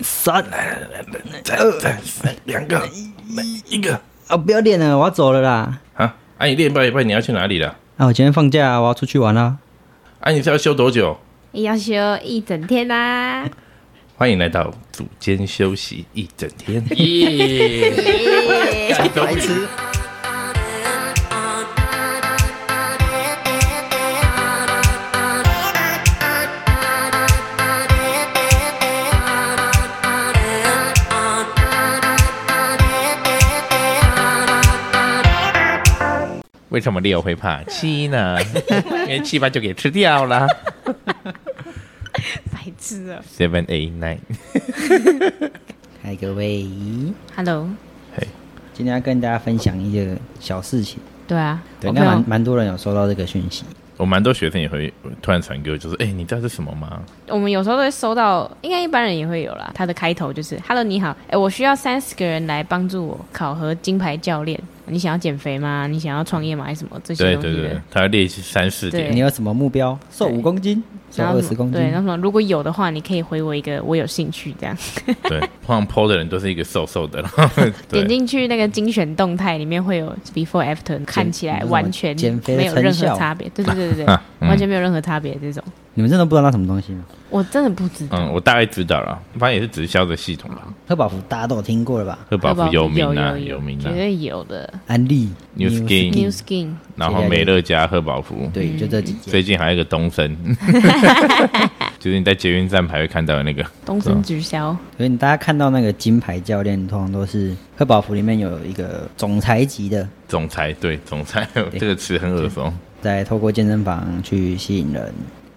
三，哎呃再二、再三、两个、一个啊，不要练了，我要走了啦。啊！啊，你练半一半你要去哪里了？啊，我今天放假，我要出去玩啦。啊，你是要休多久？要休一整天啊啦、 欢迎来到组间休息一整 天。耶！白痴，为什么六会怕七呢？因为七把就给吃掉了。白痴啊 Seven eight nine，嗨，各位， ！Hello，今天要跟大家分享一个小事情，对啊，对，应我朋该友蛮蛮多人有收到这个讯息。我蛮多学生也会突然传给我，就是哎、你知道这是什么吗？我们有时候都会收到，应该一般人也会有啦。它的开头就是 “Hello，你好，哎、我需要三十个人来帮助我考核金牌教练。你想要减肥吗？你想要创业吗？还是什么这些对东西对的？对，他要列三四点对。你有什么目标？瘦五公斤，瘦然后二什十么公斤对，，然后什么？如果有的话，你可以回我一个，我有兴趣这样。对，通常 PO 的人都是一个瘦瘦的，然 后对点进去那个精选动态里面会有 before after，看起来完全减肥的没有任何成效差别。对对对对 对，啊嗯完全没有任何差别这种，你们真的不知道那什么东西吗？我真的不知道。嗯，我大概知道了，反正也是直销的系统吧，喝饱福大家都有听过了吧？喝饱好不福好有名啊，哦有有名啊绝，对有的。安利 New 嗯 Skin New Skin，然后美乐家、喝饱福，对，就这几件。最近还有一个东 升，就是你在捷运站牌会看到的那个，东升直销，所以你大家看到那个金牌教练，通常都是喝饱福里面有一个总裁级的，总裁，对，总裁这个词很耳熟。再透过健身房去吸引人。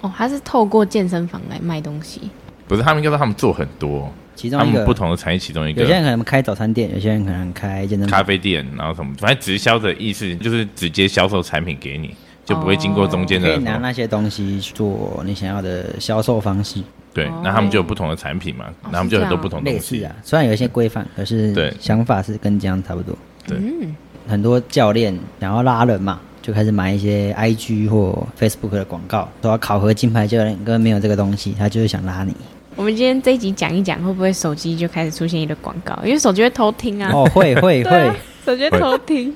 哦，他是透过健身房来卖东西，不是他们，应该说他们做很多，其中他一个们不同的产业其中一有些人个可能开早餐店，有些人可能开健身咖房。啡店，然后什么，反正直销的意思就是直接销售产品给你，就不会经过中间哦可的以。拿那些东西去做你想要的销售方式，哦对，那他们就有不同的产品嘛，然后他们就有很多不同的类东似西哦啊。。虽然有一些规范，可是对想法是跟这样差不多。对嗯，很多教练想要拉人嘛，就开始买一些 IG 或 Facebook 的广告，说要考核金牌教练，根本没有这个东西，他就是想拉你。我们今天这一集讲一讲，会不会手机就开始出现一个广告？因为手机会偷听啊，哦，会会 对啊会，，手机会偷听，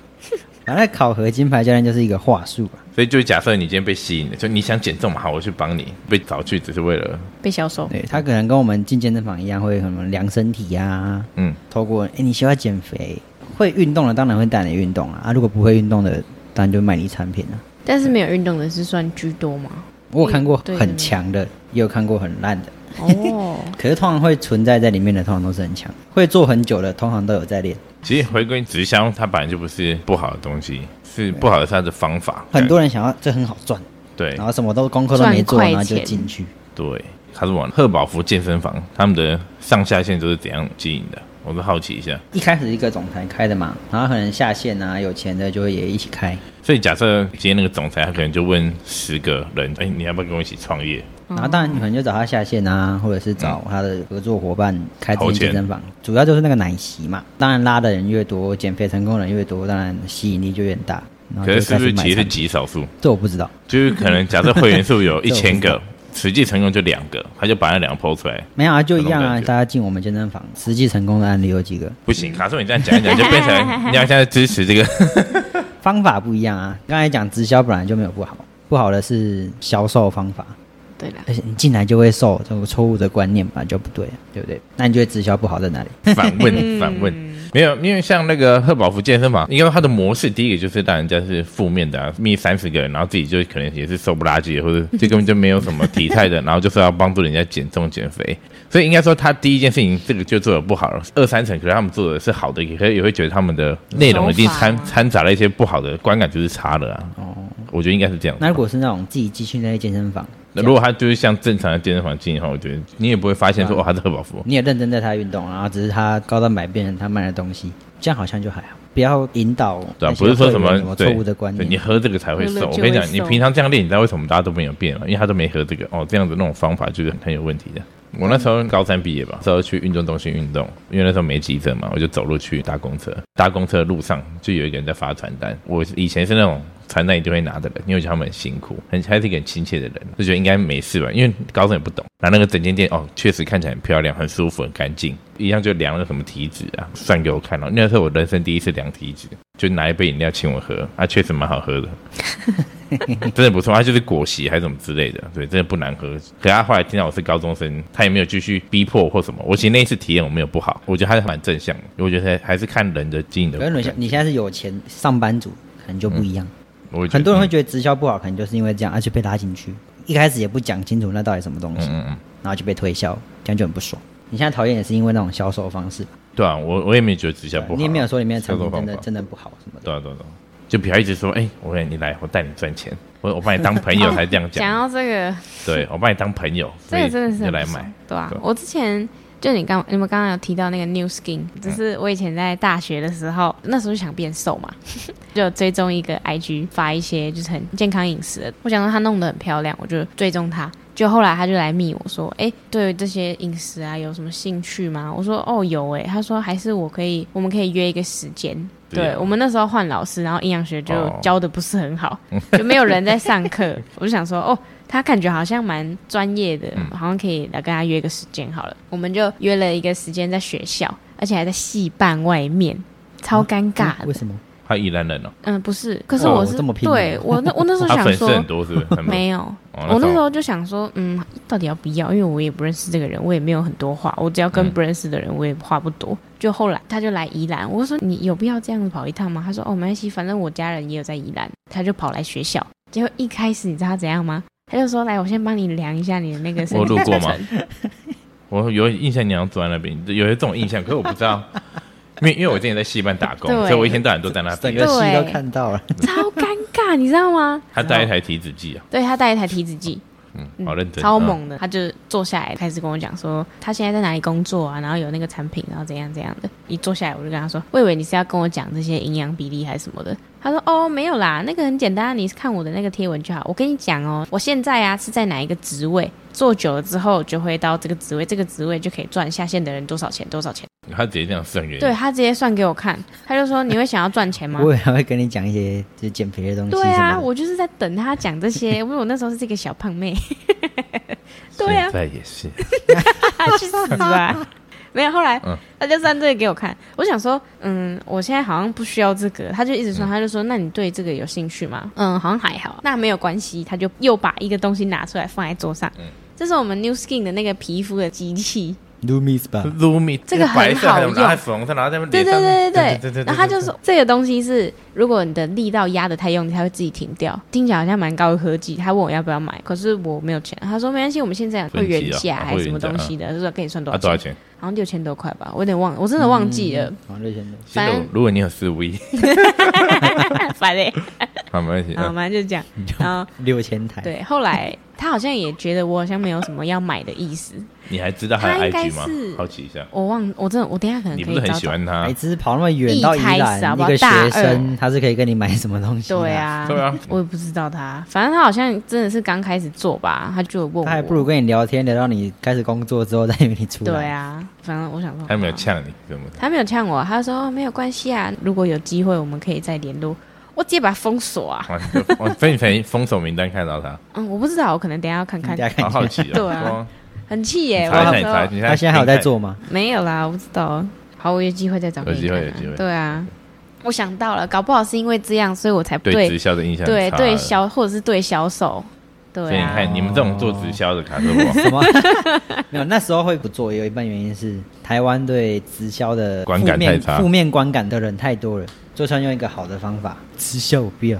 反正考核金牌教练就是一个话术吧。所以就假设你今天被吸引了，就你想减重嘛，好，我去帮你。被找去只是为了，被销售。对他可能跟我们进健身房一样，会什么量身体呀、嗯，透过哎、诶你需要减肥，会运动的当然会带你运动啊，啊如果不会运动的，当然就卖你产品啊。但是没有运动的是算居多嘛？我有看过对很强的，也有看过很烂的，哦，可是通常会存在在里面的，通常都是很强，会做很久的，通常都有在练。其实回归直销，它本来就不是不好的东西，是不好的是它的方法。很多人想要这很好赚，对然后什么都功课都没做，赚快然后就钱进去。对，他是往贺宝福健身房，他们的上下线都是怎样经营的？我都好奇一下。一开始一个总裁开的嘛，然后可能下线啊，有钱的就会也一起开，所以假设今天那个总裁，他可能就问十个人，哎、你要不要跟我一起创业？然后当然你可能就找他下线啊，或者是找他的合作伙伴开这投些钱健身房，主要就是那个奶昔嘛。当然拉的人越多，减肥成功的人越多，当然吸引力就越大。然后可啊就是是开不始是买其实是产品极少数？这我不知道，就是可能假设会员数有 一这我不知道千个，实际成功就两个，他就把那两个抛出来。没有啊，就一样这种啊。感觉大家进我们健身房，实际成功的案例有几个？不行，卡叔，你这样讲一讲就变 成你要现在支持这个。方法不一样啊。刚才讲直销本来就没有不好，不好的是销售方法， 对啦，而且你进来就会瘦，这个错误的观念本来就不对啊，对不对？那你觉得直销不好在哪里？ 反问，反问，没有，因为像那个贺宝福健身房，你看它的模式，第一个就是让人家是负面的、啊，密三十个人，然后自己就可能也是瘦不拉几的，或者就根本就没有什么体态的，然 后就是要帮助人家减重减肥，所以应该说他第一件事情这个就做的不好了，二三成可能他们做的是好的，也可以也会觉得他们的内容一定掺手法掺杂了一些不好的观感，就是差了啊。哦，我觉得应该是这样子吧。那如果是那种自己继续在健身房，那如果他就是像正常的健身房经营的话，我觉得你也不会发现说哦，他是贺宝福。你也认真在他运动，然后只是他高端买变成他卖的东西，这样好像就还好。不要引导那对、啊，些不是说什会么员什么对错误的观对你念。喝这个才会喝瘦。了我就跟你会讲，你瘦平常这样练，你知道为什么大家都没有变吗？因为他都没喝这个哦，这样子那种方法就是很有问题的。我那时候高三毕业吧，那时候去运动中心运动，因为那时候没急诊嘛，我就走路去搭公车。搭公车的路上就有一个人在发传单，我以前是那种。传单一定会拿的人，因为我觉得他们很辛苦，很还是一个很亲切的人，就觉得应该没事吧，因为高中也不懂。然后那个整间店哦，确实看起来很漂亮，很舒服，很干净。一样就量了什么体脂啊，算给我看了。那时候我人生第一次量体脂，就拿一杯饮料请我喝，啊，确实蛮好喝的，真的不错。它就是果昔还是什么之类的，对，真的不难喝。可他后来听到我是高中生，他也没有继续逼迫我或什么。我其实那一次体验我没有不好，我觉得还是蛮正向的。我觉得还是看人的经营的可是你过现程。你现在是有钱上班族，可能就不一样。我觉得很多人会觉得直销不好，可能就是因为这样，而且被拉进去，一开始也不讲清楚那到底什么东西，嗯嗯嗯然后就被推销，这样就很不爽。你现在讨厌也是因为那种销售方式，对啊，我我也没觉得直销不好啊，你也没有说里面的销产售品真方的法真的不好什么的。对啊对啊对啊，就不要一直说，哎、我跟你来，我带你赚钱，我我把你当朋友才这样讲讲，到这个，对我把你当朋友，所这个以真的是你就很来不爽买，，对啊对，我之前就你刚你们刚刚有提到那个 New Skin，就是嗯我以前在大学的时候，那时候就想变瘦嘛， 就有追踪一个 IG 发一些就是很健康饮食的，我想说他弄得很漂亮，我就追踪他。就后来他就来密我说，哎、对这些饮食啊有什么兴趣吗？我说哦有哎、他说还是我可以，我们可以约一个时间。对啊对我们那时候换老师，然后营养学就哦教的不是很好，就没有人在上课。 我就想说，哦，他感觉好像蛮专业的，嗯好像可以来跟他约个时间好了。我们就约了一个时间在学校，而且还在戏办外面，超尴尬的。嗯为什么？他宜兰人哦，嗯，不是，可是哦我是、这么拼对我那我那 时候他想粉丝说很多是不是？很多没有，哦我那时时候候就想说，嗯，到底要不要？因为我也不认识这个人，我也没有很多话，我只要跟嗯不认识的人，我也话不多。就后来他就来宜兰，我说你有必要这样子跑一趟吗？他说哦，没关系，反正我家人也有在宜兰，他就跑来学校。结果一开始你知道他怎样吗？他就说来，我先帮你量一下你的那个身我体路过过程。吗？ 我有印象你要坐在那边，有一种印象，可是我不知 道，因为因为我之前在戏班打工，对所以我一天到晚都在那整边个。戏对都看到了，超尴尬，你知道吗？他带一台体脂计啊，对他带一台体脂计，嗯，好认真，超嗯。猛的。他就坐下来开始跟我讲说，他现在在哪里工作啊，然后有那个产品，然后怎样怎样的。一坐下来我就跟他说，我以为你是要跟我讲这些营养比例还是什么的。他说哦没有啦，那个很简单，你看我的那个贴文就好。我跟你讲哦，我现在啊是在哪一个职位，做久了之后就会到这个职位，这个职位就可以赚下线的人多少钱多少钱。嗯他直接这样算元，对他直接算给我看，他就说你会想要赚 钱吗？ 我以为还会跟你讲一些就是减肥的东西对什啊，么的。我就是在等他讲 这些，因为我那时候是这个小胖妹。 对啊现，在也 是， 去死吧！ 没有，后来、嗯他就算这个给我看，我想说，嗯，我现在好像不需要这个，他就一直说，他就说，那你对这个有兴趣吗？嗯，好像还好，那没有关系，他就又把一个东西拿出来放在桌嗯上，这是我们 New Skin 的那个皮肤的机器， Lumis 吧，露米这个很白色，好还有用拿在粉红色，然后在那对边对脸对上对对对对，然后他就说这个东西是，如果你的力道压的太用力，它会自己停掉。听起来好像蛮高科技，他问我要不要买，可是我没有钱。他说没关系，我们现在有会员分期价啊啊还是什么会员价东西的，就是给你算多啊少多少钱，钱？好像六千多块吧，我有点忘，了，我真的忘记嗯了。好像六千多。现在我 反如果你有四五亿，烦嘞、 好没关系，然后嗯反正就这样，然后六千台，，对，后来他好像也觉得我好像没有什么要买的意思，你还知道他他应有该 IG 是吗？好奇一下，我忘，我真的，我等一下可能你可不以是找很喜找。欢他每？次跑那么远到宜一开始好兰，不一好个学大生他是可以跟你买什么东西？对，啊，对啊，我也不知道他，反正他好像真的是刚开始做吧，他就有问我，他还不如跟你聊天，聊到你开始工作之后再约你出来。对，啊，反正我想说，他有没有啊呛你什么的？他没有呛我，他说、哦没有关系啊，如果有机会我们可以再联络。我直接把他封锁啊！哇你就哇所以你才封锁名单看到他，嗯，我不知道，我可能等一下要看看大。家好看好奇哦。对啊哇，很气耶、你我查一下，那你时查，候你他现在还有在做吗？没有啦，我不知道。好，我有机会再找有给你机会看啊有机会对啊，我想到了，搞不好是因为这样，所以我才不对对直销的印象对很差对了销或者是对销售，所对以你啊，看你们这种做直销的卡特 不好什么？没有，那时候会不做，有一半原因是台湾对直销的观感负面太差负面观感的人太多了，就算用一个好的方法，直销我不 要，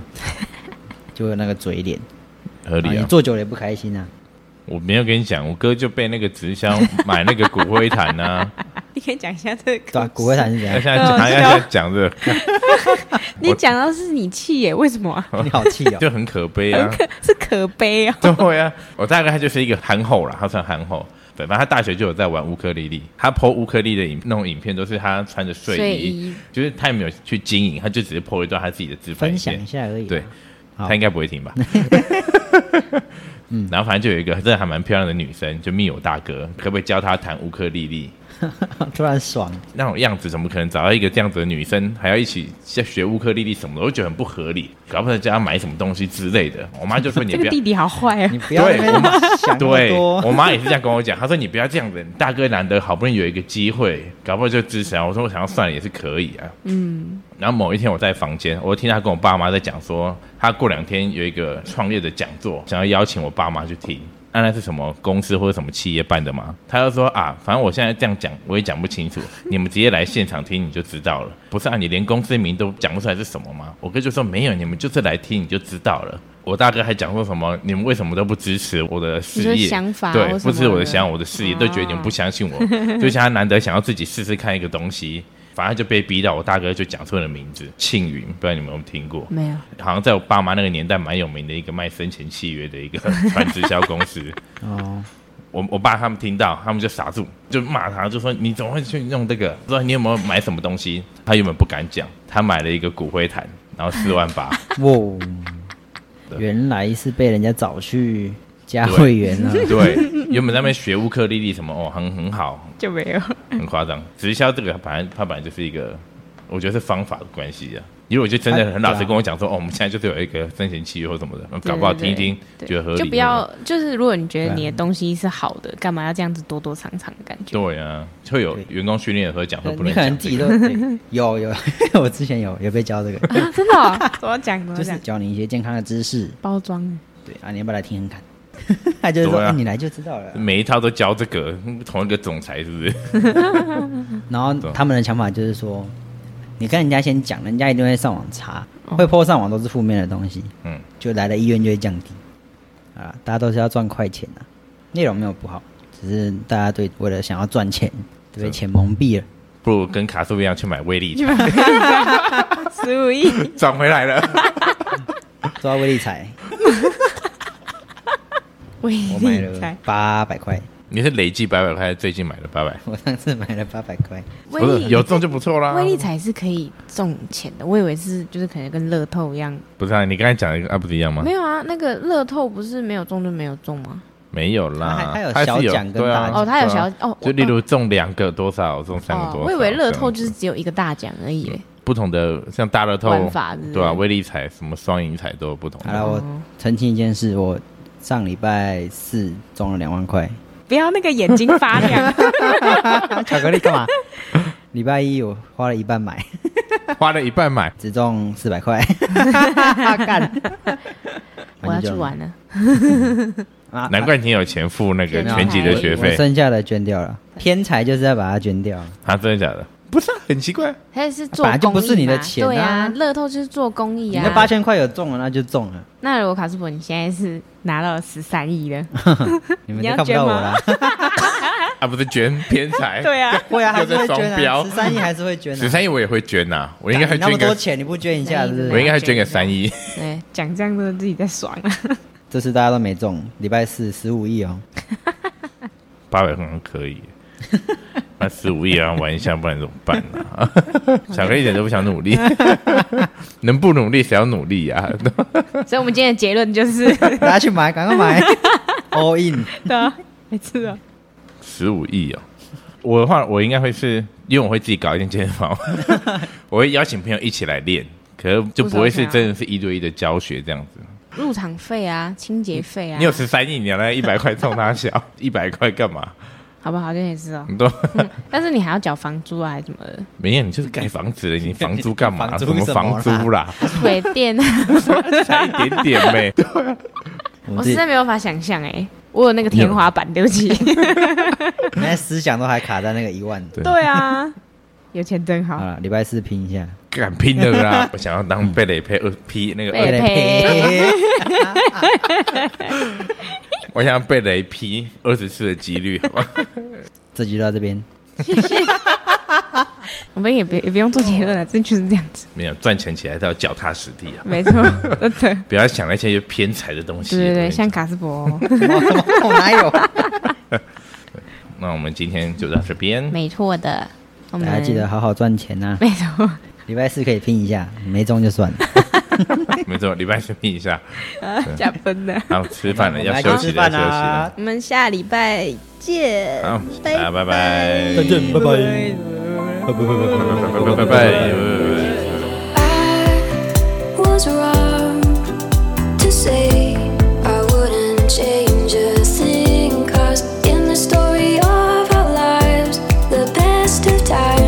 就有那个嘴脸，合理啊你啊。做久了也不开心啊。我没有跟你讲，我哥就被那个直 销买那个骨灰坛啊，你可以讲一下这个。对啊，骨灰坛是怎他样现？ 在好笑他现在讲这个 你讲到是你气耶、为什么啊、你好气哦！ 就很可悲啊。是可悲啊、对啊，我大概他就是一个憨厚啦，他算憨厚。对，反正他大学就有在玩乌克丽丽，他剖乌克丽的影那种影片都是他穿着睡衣，睡衣就是他也没有去经营，他就只是剖一段他自己的自拍分线享一下而已、啊。对，好他应该不会听吧？ 然后反正就有一个真的还蛮漂亮的女生，就密我大哥，可不可以教他弹乌克丽丽？ 突然爽，那种样子，怎么可能找到一个这样子的女生，还要一起学学乌克丽丽什么的？我觉得很不合理，搞不好叫她买什么东西之类的。我妈就说你这不个要弟弟好坏啊你！不要在对那边想那么对，我多。妈也是这样跟我讲，她说你不要这样子，大哥难得好不容易有一个机会，搞不好就支持啊。我说我想要算了也是可以啊。嗯。然后某一天我在房间，我听她跟我爸妈在讲说，她过两天有一个创业的讲座，想要邀请我爸妈去听。啊那是什么公司或者什么企业办的吗？她就说啊，反正我现在这样讲我也讲不清楚，你们直接来现场听你就知道了。不是啊，你连公司名都讲不出来是什么吗？我哥就说没有，你们就是来听你就知道了。我大哥还讲说什么？你们为什么都不支持我的事你业？说想法对或，什不么支持我的的想法，我的事业，都觉得你们不相信我。 就像他难得想要自己试试看一个东西，反正就被逼到。我大哥就讲出了名字，庆云，不知道你们有没有听过？没有，好像在我爸妈那个年代蛮有名的一个卖生前契约的一个传直销公司。哦，我我爸他们听到，他们就傻住，就骂他，就说你怎么会去弄这个？说你有没有买什么东西？他原本不敢讲，他买了一个骨灰坛，然后四万八。哇，对原来是被人家找去加会员啊 了。对，原本在那边学乌克丽丽什么哦，很很好，就没有。很夸张。直销这个本来它本来就是一个，我觉得是方法的关系啊。因为我就真的哎很老实跟我讲说，哦，我们现在就是有一个生前契约或什么的，搞不好听啊对一听对觉得合理，啊就不要，就是如果你觉得你的东西是好的，干嘛要这样子多多藏藏的感觉？对啊，会有员工训练的时候讲说不你能可能讲自这己个，都对有 有，我之前有有被教这个，啊真的哦，怎么讲？怎么就是讲？教你一些健康的知识。包装对啊，你要不要来听听 看？他就是说、对啊哎你来就知道了。每一套都教这个同一个总裁是不 是？然后对他们的想法就是说，你跟人家先讲，人家一定会上网查，哦会泼上网都是负面的东西，嗯，就来的意愿就会降低。啊，大家都是要赚快钱啊，内容没有不好，只是大家对为了想要赚钱，对是钱蒙蔽了。不如跟卡素一样去买威 力，十五亿，转回来了。 抓微理 财，威我买力了财，八百块， 你是累计八百块，还是最近买了八百？我上次买了八百块，威不是力有中就不错啦。威力彩是可以中钱的，我以为是就是可能跟乐透一样，不是啊，你刚才讲的跟啊不是一样吗没？有啊，那个乐透不是没有中就没有中吗？没有啦它，还它有是小奖跟对啊大奖哦，他有小哦，就我例如中两个多少，中三个哦，多少。啊我以为乐透这样就是只有一个大奖而已嘞，不同的，像大乐透玩法是不是对啊，威力彩什么双赢彩都有不同好了，的。我澄清一件事，我上礼拜四中了两万 块，不要那个眼睛 发亮，巧克力干嘛？礼拜一我花了一半买，啊花了一半买，只中四百 块， 干！我要去玩了，啊难怪你有钱付那个捐全级的学我费。剩下的捐掉了。偏财就是要把它捐掉，啊，真的假的？不是啊，很奇怪。他也是做本来就公不益是你的嘛钱啊对啊，乐透就是做公益你啊那。八千块有中了，那就中了。那如果卡斯伯你现在是拿到了十三亿了，你们都你要看不到我啦。啊，不是捐偏财。对啊， 会啊，还是会又在捐双标啊，十三亿还是会捐十啊。三亿我也会捐呐，我应该会你那捐么多个，钱，你啊不捐一下是不我是？应该会捐个三亿。对，哎讲这样真的自己在爽啊。这次大家都没中，礼拜四十五亿哦。八百可能可 以，那十五亿啊，玩一下，不然怎么办呢、啊？ 巧克力一点都不想 努力，能不努力谁要努力呀、啊？所以我们今天的结 论就是，大家去买，赶快 买，all in。对啊，没错啊，十五亿哦，我的话我应该会是，因为我会自己搞一间健身房，我会邀请朋友一起来练，可是就不会是真的是一对一的教学这样子。入场费啊，清洁费啊你，有十三亿，你要那一百块冲他笑，一百块干嘛？好不好？这也是哦，你都但是你还要缴房租啊，还是什么的，没有，你就是盖房子了，你房租干嘛？房租什么什房么啦租啦？水电啊， 才一点点呗。我我自实己在没有办法想象哎、我有那个天花板，对不起。现在思想都还卡在那个一万多。 对啊，有钱真好好。了，礼拜四拼一下。敢拼的啦！我想要当贝雷佩二劈那个贝二，雷我想要贝雷劈二十次的几率，好吧？ 这集就到这边，我们也别也不用做结论了，啊真就是这样子，没有赚钱起来都要脚踏实地哦 啊！没错，真的。不要想那些偏财的东西。对对我跟对，你像讲卡斯伯哦，我哪有？那我们今天就到这边，没错的。我大家们记得好好赚钱呐、没错，礼拜四可以拼一下，没中就算了。没错，礼拜四拼一下， 加分的。然后吃饭了我们要来休去息吃了，要饭啊休息了啦。我们下礼拜见，好，大家拜拜，再见，拜拜。不不不不不拜拜拜拜拜拜。 I was wrong to say I wouldn't change a thing. 'Cause in the story of our lives, the best of times. Oh, oh,